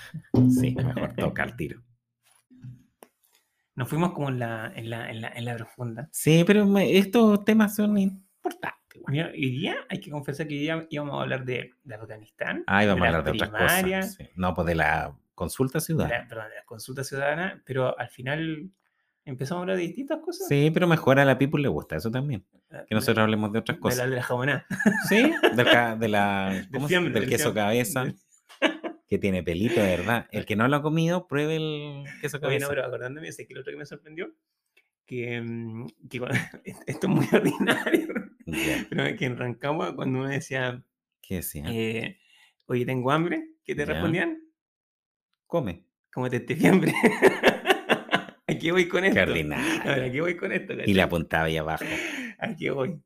Sí, mejor toca el tiro. Nos fuimos como en la, en la, en la, en la profunda. Sí, pero me- estos temas son importantes. igual. Mira, hoy día hay que confesar que hoy día íbamos a hablar de, de Afganistán. Ahí vamos a las hablar de otras primarias, cosas. sí. No, pues de la consulta de ciudadana. la- perdón, de las consultas ciudadanas, pero al final empezamos a hablar de distintas cosas. Sí, pero mejor a la people le gusta eso también. La- Que nosotros hablemos de otras de, la, cosas. de la jamonada. Sí, del, ca- de la, ¿cómo se- fiambre, del del queso fiambre, cabeza, del- que tiene pelito, de verdad. El que no lo ha comido, pruebe el queso Oye, no, cabeza. pero acordándome, sé que el otro que me sorprendió, que, mm, que cuando- esto es muy ordinario, Ya, pero es que en Rancagua cuando uno decía, ¿Qué decía? eh, oye, tengo hambre, ¿qué te Ya. respondían? Come. Como te esté fiambre. Aquí voy con esto. Qué A ver, ordinario. aquí voy con esto, Y le apuntaba ahí abajo. ¿cachai? Aquí voy.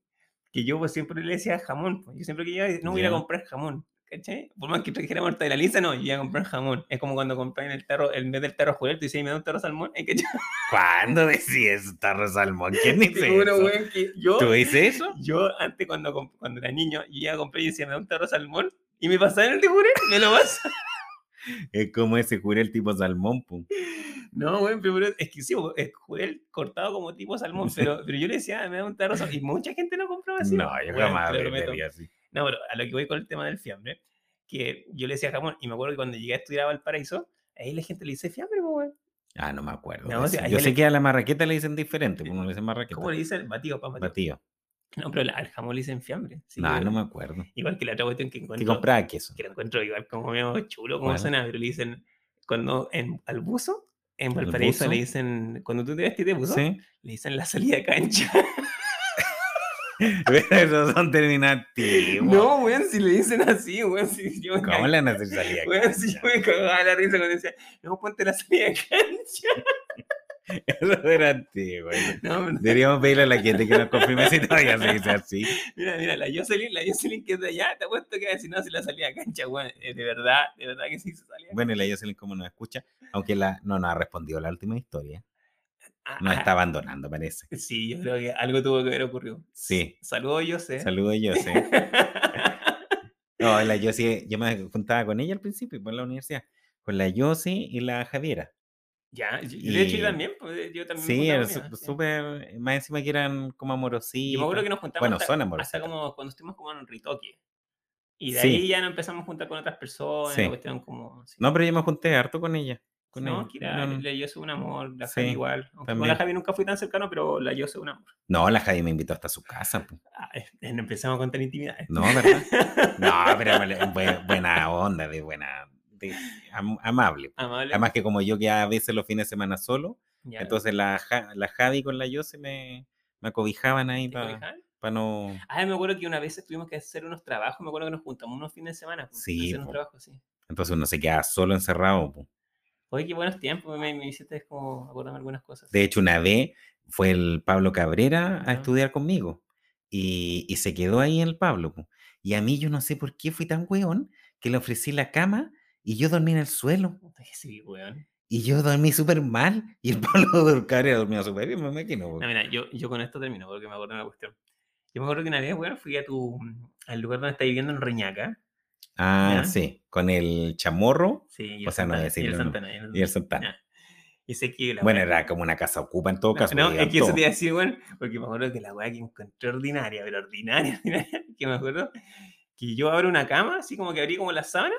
Que yo pues, siempre le decía jamón. pues, Yo siempre que iba, no voy a ir a Ya. comprar jamón. ¿Cachai? Por más que trajera muerta de la lista, no, yo iba a comprar jamón. Es como cuando compré en el tarro, en vez del tarro jurel, tú dices, me da un tarro salmón. ¿eh? Es que yo, ¿Cuándo decía eso, tarro de salmón? ¿Quién dice Seguro, eso? weón, que yo, ¿Tú dices eso? yo antes cuando, comp- cuando era niño, yo iba a comprar y decía, me da un tarro salmón. Y me pasaban el de jurel, me lo vas. Es como ese jure el tipo salmón, pum. No, güey, pero pero es que sí, güey, es jurel cortado como tipo salmón, pero, pero yo le decía, "Ah, me da un tarro sal-". y mucha gente no compraba así. No, yo Güey, jamás te lo prometo. aprendería así. No, pero a lo que voy con el tema del fiambre, que yo le decía jamón, y me acuerdo que cuando llegué a estudiar a Valparaíso, ahí la gente le dice fiambre, po, güey. Ah, no me acuerdo. de No, sí, eso. ahí yo le- sé que a la marraqueta le dicen diferente, pues, no le dicen marraqueta. ¿Cómo le dicen? Batido, pan batido. Batido. No, pero la- al jamón le dicen fiambre. sí, no, güey. no me acuerdo. Igual que la otra cuestión que ¿Qué encuentro, compraba queso? que lo encuentro igual como medio chulo, como ¿Cuál? suena, pero le dicen, cuando en, al buzo, en ¿Al Valparaíso le buzo? dicen, cuando tú te vestís de buzo, ¿Sí? le dicen la salida de cancha. Pero esos son terminativos. No, weón, si le dicen así, weón, si yo me ¿Cómo le van a hacer salir cag- aquí? weón, si yo me cagaba la risa cuando decía, no, ponte la salida de cancha. Eso era antiguo. No, no. Deberíamos pedirle a la gente que nos confirme si todavía se dice así. Mira, mira, la Jocelyn, la Jocelyn que es de allá, te apuesto que va a decir, no, si la salida de cancha, weón, eh, de verdad, de verdad que sí se salía. Bueno, y la Jocelyn como nos escucha, aunque la, no nos ha respondido la última historia. Ah, Nos ah, está abandonando, parece. Sí, yo creo que algo tuvo que haber ocurrido. Sí. Saludos, Jose. Saludos, Jocelyn. No, la Josie, yo me juntaba con ella al principio, pues, en la universidad. Con la Josie y la Javiera. ya, yo, yo de hecho Y- yo también, pues, yo también. me Sí, juntaba eran con su- ella, sí. súper, más encima que eran como Yo me acuerdo amorositas. que nos juntamos Bueno, hasta, son hasta amorositas. como cuando estuvimos como en un ritoque. Y de Sí. ahí ya nos empezamos a juntar con otras personas, Sí. cuestión como... sí. No, pero yo me junté harto con ella. Con No, ella. Kira, Eran- la Yose es un amor, la Javi Sí, igual. Aunque con la también. Javi nunca fui tan cercano, pero la Yose es un amor. No, la Javi me invitó hasta su casa. po. Ah, eh, eh, empezamos a contar intimidades. No, ¿verdad? No, pero vale, bue- buena onda, de buena, de am- amable. Amable. Además que como yo quedaba a veces los fines de semana solo, ya, entonces la, Ja- la Javi con la Yose me, me acobijaban ahí ¿te para cobijaban? no... Ah, me acuerdo que una vez tuvimos que hacer unos trabajos, me acuerdo que nos juntamos unos fines de semana. pues, a Sí, Hacer unos po. trabajos, sí. Entonces uno se quedaba solo encerrado. po. Oye, qué buenos tiempos, me, me hiciste como acordarme algunas cosas. De hecho, una vez fue el Pablo Cabrera Ya. a estudiar conmigo y, y se quedó ahí el Pablo. po. Y a mí yo no sé por qué fui tan weón que le ofrecí la cama y yo dormí en el suelo. Puta que Sí, weón. Y yo dormí súper mal. Y el Pablo Cabrera dormía súper bien, me imagino. po. No, mira, yo, yo con esto termino porque me acuerdo de una cuestión. Yo me acuerdo que una vez, weón, fui a tu, al lugar donde estás viviendo en Reñaca. Ah, ¿Ya? sí, con el chamorro Sí, y O el sea, no Santana. y decirlo, el no. Santana. y el y el Santana. Santana. Y sé que la Bueno, weá- era como una casa ocupa en todo No, caso. No, porque es que eso iban te iba a decir, bueno, porque me acuerdo que la weá que encontré ordinaria, pero ordinaria, ordinaria, que me acuerdo que yo abro una cama, así como que abrí como la sábana,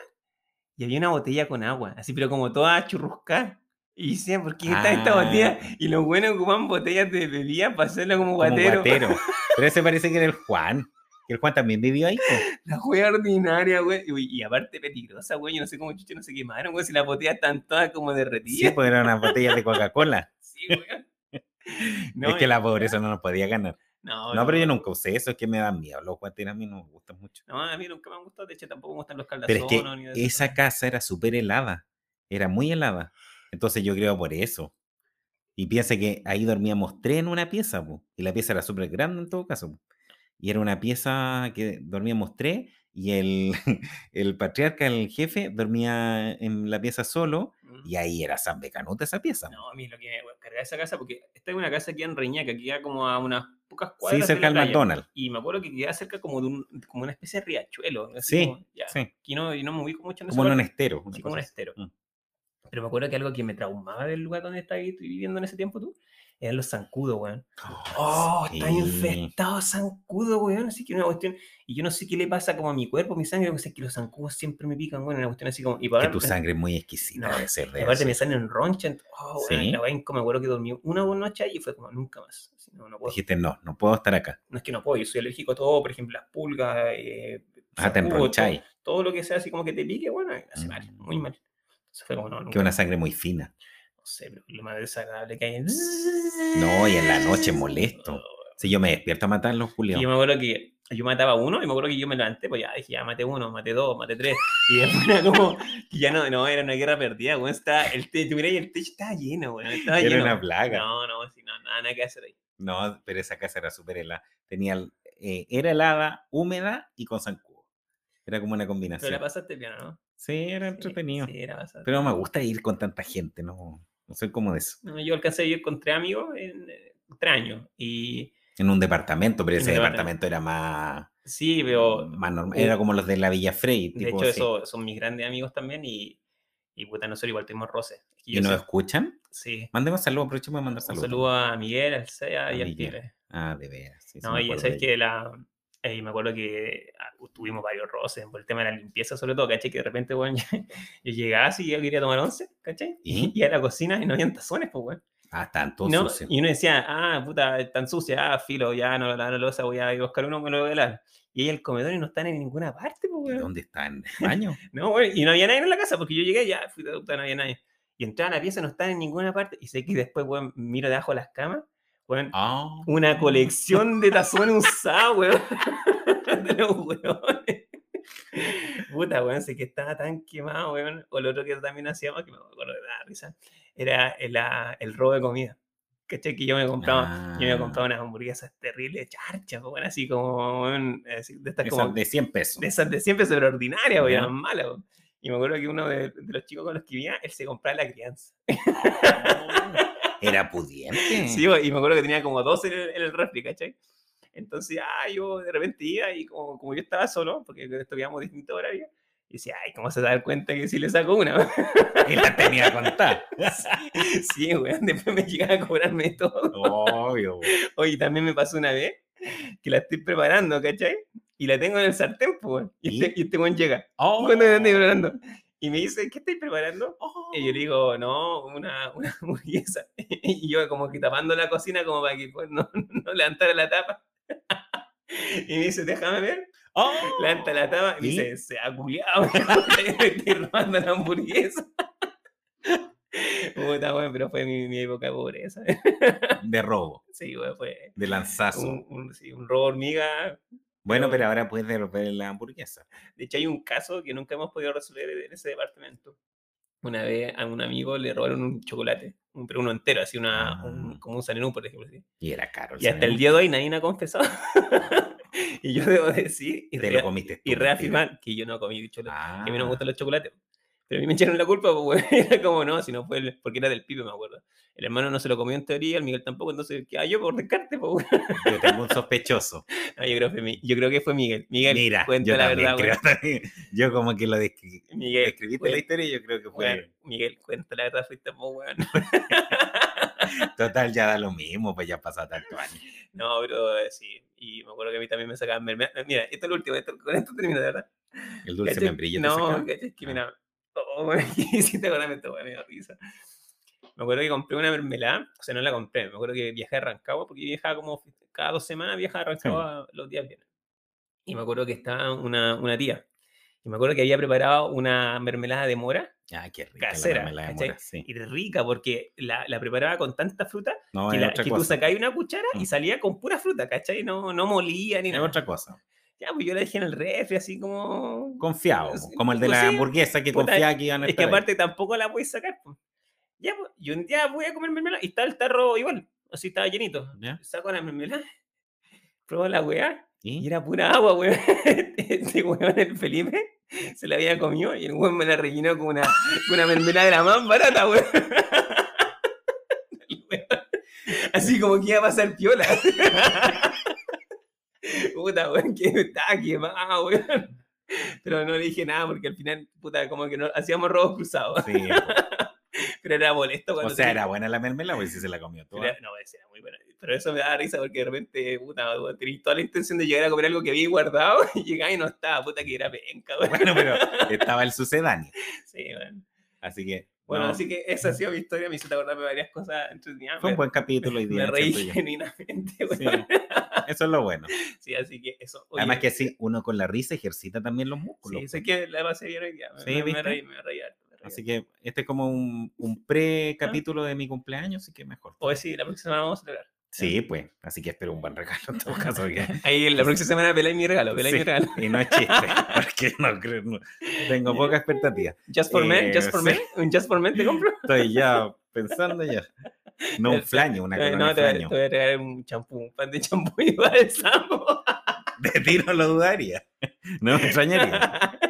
y había una botella con agua, así pero como toda churruscada. Y decía, ¿por qué está esta botella? Ah. Y los buenos ocupaban botellas de bebida para hacerla como como guatero. guatero. Pero ese parece que era el Juan. que El Juan también vivió ahí. po. La juega ordinaria, güey. Y, uy, y aparte peligrosa, güey. Yo no sé cómo chucha no se quemaron, güey. Si las botellas están todas como Sí, derretidas. pues era una botella de Coca-Cola. Sí, güey. No, es que la pobreza no nos podía ganar. no, No, pero yo nunca usé eso, es que me dan miedo. Los guateros a mí no me gustan mucho. No, a mí nunca me han gustado. De hecho, tampoco me gustan los Pero es caldazones. que ni de esa esas cosas. casa era súper helada, era muy helada. Entonces yo creo por eso. Y piensa que ahí dormíamos tres en una pieza, po, y la pieza era súper grande en todo caso. po. Y era una pieza que dormíamos tres y el, el patriarca, el jefe, dormía en la pieza solo Mm. y ahí era San Becanuta esa pieza. po. No, a mí lo que me cargaba esa casa, porque esta es una casa aquí en Reñaca, que queda como a unas pocas sí, cuadras. de cerca la del playa. McDonald's. Y me acuerdo que quedaba cerca como de un, como una especie de riachuelo. así Sí, como- ya. Sí, Y no, y no me ubico mucho en esa como en un parte. estero. una Sí, como un cosa así. estero. Mm. Pero me acuerdo que algo que me traumaba del lugar donde estaba ahí- viviendo en ese tiempo tú, eran los zancudos, weón. Oh, está sí. infestado de zancudo, weón. Así que una cuestión. Y yo no sé qué le pasa como a mi cuerpo, a mi sangre, porque sé que los zancudos siempre me pican, weón. Una cuestión así como. Y para Que tu sangre es muy exquisita, No, debe ser Y de aparte eso. me salen ronchas. ent- Oh, weón, Sí. la weá incómoda, me acuerdo que dormí una buena noche y fue como nunca más. así, no, no, puedo. Dijiste, no, no puedo estar acá. No es que no puedo, yo soy alérgico a todo, por ejemplo, las pulgas, eh, Ah, te zancudo, todo- enroncháis. Todo, lo que sea así como que te pique, bueno, me hace mal, Mm. muy mal. Entonces fue como, no, Que nunca una más. sangre muy fina. No sé, pero lo más desagradable que hay en- No, y en la noche molesto. Si yo me despierto a matarlos, Y yo Julio. me acuerdo que yo mataba uno y me acuerdo que yo me levanté, pues ya dije, ya maté uno, maté dos, maté tres. Y después era como, que ya no, no, era una guerra perdida, weón. Estaba, el, te- tú mirás y el techo estaba lleno, weón. Estaba Era lleno. una plaga. No, no, sí, no, nada, nada que hacer ahí. No, pero esa casa era súper helada. Tenía, eh, era helada, húmeda y con zancudo. Era como una Pero combinación. la pasaste bien, ¿no? Sí, era Sí, entretenido. Sí, era bastante. Pero no me gusta ir con tanta gente, no, no soy como de eso. No, yo alcancé a vivir con tres amigos en eh, tres años. Y En un departamento, pero En un ese departamento. departamento era más, sí, pero más normal. u- Era como los de la Villa Frey. Mm, de tipo hecho, así. eso son mis grandes amigos también. Y, y puta, nosotros igual tuvimos roces. Es que ¿Y yo nos sé- escuchan? sí. Mandemos saludos, aprovechemos de mandar Un saludos. saludo a Miguel, al Sea y A al Miguel. Tigre. Ah, de veras. sí, sí No, me y acuerdo sabes de que la, eh, me acuerdo que ah, tuvimos varios roces por el tema de la limpieza, sobre todo, ¿cachai? Que de repente, weón, yo llegaba así, yo quería tomar once, ¿cachai? Y, ¿Y? a la cocina y no habían tazones, pues, weón. Ah, tanto No, ¿Mm? sucio. y uno decía, ah, puta, tan sucia, ah, filo, ya no la no, losa, voy a ir a buscar uno, me lo voy a lavar. Y ahí el comedor y no están en ninguna parte, pues, ¿Y weón. ¿Dónde está? ¿En el baño? No, güey, y no había nadie en la casa, porque yo llegué ya, fui de puta, no había nadie. Y entraba a la pieza, no estaba en ninguna parte, y sé que después, güey, miro debajo de las camas, Weón, Ah, una colección de tazones usados, weón. De los weones. Puta, weón, sé que estaba tan quemado, weón. O lo otro que también hacíamos, que me acuerdo de la risa, era el, ah, el robo de comida. ¿Cachai? Que yo me compraba, yo me Ah. compraba unas hamburguesas terribles, charchas, weón, así como, weón, así, de estas esas como, de 100 pesos. de esas de siempre sobre ordinarias, weón, Ya. eran malas, weón. Y me acuerdo que uno de, de los chicos con los que vivía, él se compraba la crianza. Ah, Era pudiente. Sí, bo, y me acuerdo que tenía como 12 en el, en el refri, ¿cachai? Entonces, ah, yo de repente iba y como, como yo estaba solo, porque estudiamos distintos horarios, y decía, ay, ¿cómo se va a dar cuenta que si le saco una? y la tenía que contar. sí, weón, después me llegaba a cobrarme todo. Obvio. weón. Oye, también me pasó una vez que la estoy preparando, ¿cachai? Y la tengo en el sartén, pues, weón. Y, ¿Y? este, y este weón llega. Oh, Cuando la estoy preparando. Y me dice, ¿qué estáis preparando? oh. Y yo le digo, no, una, una hamburguesa. Y yo como que tapando la cocina como para que pues, no, no levantara la tapa. Y me dice, déjame ver. Oh. Levanta la tapa. Y me ¿Y? dice, se ha culiado. Me estoy robando la hamburguesa. Puta, bueno, pero fue mi, mi época de pobreza. De robo, Sí, weón, fue de lanzazo. un, un- sí, un robo hormiga. bueno, pero- pero ahora puedes devolver la hamburguesa. De hecho, hay un caso que nunca hemos podido resolver en ese departamento. Una vez a un amigo le robaron un chocolate, un- pero uno entero, así una, un- Ah. como un sanenú, por ejemplo. así. Y era caro. el Y hasta el Sanenú. día de hoy nadie me ha confesado. y yo debo decir y, Te rea- lo comiste. y tú, mentira. reafirmar que yo no comí chocolate. Ah, Que a mí no me gustan los chocolates. Pero a mí me echaron la culpa, pues, güey. era como no, si no fue el- porque era del pibe, me acuerdo. El hermano no se lo comió en teoría, el Miguel tampoco, entonces, ¿qué? Ah, yo por descarte, pues, güey. Ah, Yo tengo un sospechoso. No, yo, creo que fue Mi- yo creo que fue Miguel. Miguel, Mira, cuenta yo la también verdad, güey. creo. también. Yo como que lo descri- Miguel, describiste la cuen- historia y yo creo que fue. Weón, Miguel, cuenta la verdad, fuiste muy weón. Total, ya da lo mismo, pues ya pasó tanto años. No, pero eh, sí. Y me acuerdo que a mí también me sacaban mermelada. Mira, esto es lo último, esto, con esto termino, de verdad. El dulce ¿Cachai? membrillo. te No, sacaban. cachai, es que Ah. mira. Oh, weón, que hiciste acordarme esto, weón, me dio risa. Me acuerdo que compré una mermelada, o sea, no la compré, me acuerdo que viajé a Rancagua, porque yo viajaba como cada dos semanas, viajaba a Rancagua los días viernes. Y me acuerdo que estaba una, una tía, y me acuerdo que había preparado una mermelada de mora, Ah, qué rica casera, la mermelada de ¿cachai? mora, sí. y rica, porque la, la preparaba con tanta fruta No, que, es la- otra que tú cosa. sacabas una cuchara y Mm. salía con pura fruta, ¿cachai? No, no molía ni Es nada. otra cosa. Ya, pues yo la dejé en el refri, así como... Confiado, Sí, como el de pues la sí, hamburguesa que puta, confiaba que iban a es que estar ahí. aparte tampoco la puedes sacar. pues. Ya, pues, y un día voy a comer mermelada y está el tarro igual, así estaba llenito. ¿Ya? Saco la mermelada, pruebo la weá y ¿Y? era pura agua, weón. Este weón, el Felipe, se la había comido y el weón me la rellenó con una, con una mermelada de la más barata, weón. El weón, Así como que iba a pasar piola. Puta, weón, que estaba quemado, weón. Pero no le dije nada porque al final, puta, como que no, hacíamos robos cruzados. Sí, pues. Pero era molesto o cuando. sea, te- era buena la mermelada, pues si se la comió toda. era- no, ese era muy bueno. Pero eso me daba risa porque de repente, puta, weón, tenés toda la intención de llegar a comer algo que había guardado y llegaba y no estaba, puta, que era penca, weón. Bueno, pero estaba el sucedáneo. Sí, weón. Así que. Bueno, no, así que esa ha sido mi historia, me hiciste acordarme de varias cosas entretenidas. Fue Me, un buen capítulo hoy día. me reí siento yo. genuinamente, Sí, weón. Eso es lo bueno. Sí. así que eso. oye, Además que así uno con la risa ejercita también los músculos. Sí, sé que la pasé bien hoy día. Me, Sí, me- me ¿viste? reí, me reí harto. me reí Así harto. que este es como un, ¿Ah? un pre-capítulo de mi cumpleaños, así que mejor. Oye, sí, la próxima semana vamos a celebrar. Sí, pues. Así que espero un buen regalo en todo caso. porque- Ahí en la próxima semana peláis mi regalo, peláis Sí, mi regalo. y no es chiste, porque no creo. no- tengo poca expectativa. Just for men, Eh, just for sí. men, un just for men te compro. Estoy ya pensando ya. No un Perfecto. flaño, una Eh, corona no, de te, voy a- flaño. te voy a regalar un champú, un pan de champú y balsamo. De ti no lo dudaría. No me extrañaría.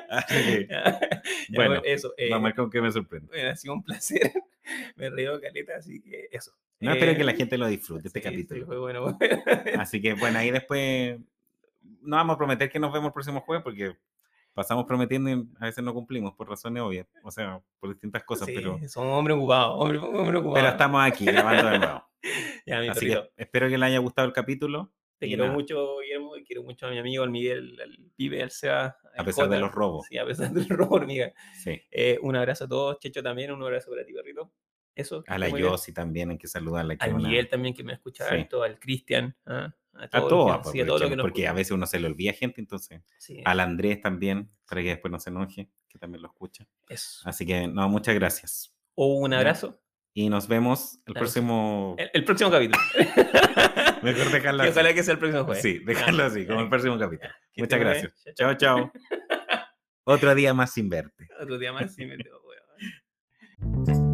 Así que, Ya, bueno, eso. eh, vamos a ver con qué me sorprende. bueno, ha sido un placer. Me río caleta, así que eso. No, espero Eh, que la gente lo disfrute este sí, sí, capítulo. fue bueno. Así que bueno, ahí después no vamos a prometer que nos vemos el próximo jueves porque pasamos prometiendo y a veces no cumplimos por razones obvias, o sea, por distintas cosas, Sí, pero, Son hombres ocupados, hombre, hombre ocupado. pero estamos aquí grabando de nuevo. Ya, mi Así perrito, que espero que les haya gustado el capítulo, te y quiero nada. mucho, Guillermo, y quiero mucho a mi amigo, al Miguel, al Pibe, al Seba. a al pesar de Jota. los robos. Sí, a pesar del robo, hormiga. Sí. Eh, un abrazo a todos, Checho también, un abrazo para ti, perrito. Eso. que A la estés muy bien. Yossi también hay que saludarla. que Al es una- Miguel también que me escucha Sí. harto, al Cristian, ah, a A todos, los que- todos, pues, sí, a todos los que nos porque a escuchan. veces uno se le olvida gente, entonces. Sí, Al Andrés también, para que después no se enoje, que también lo escucha. eso. Así que, no, muchas gracias. O un Ya. abrazo Y nos vemos el Claro. próximo. El, el próximo capítulo. Mejor dejarlo Que así. ojalá que sea el próximo jueves. Sí, dejarlo así, como el próximo capítulo. Que Muchas esté muy gracias. bien. Chao, chao. Otro día más sin verte. Otro día más y me tengo, weón.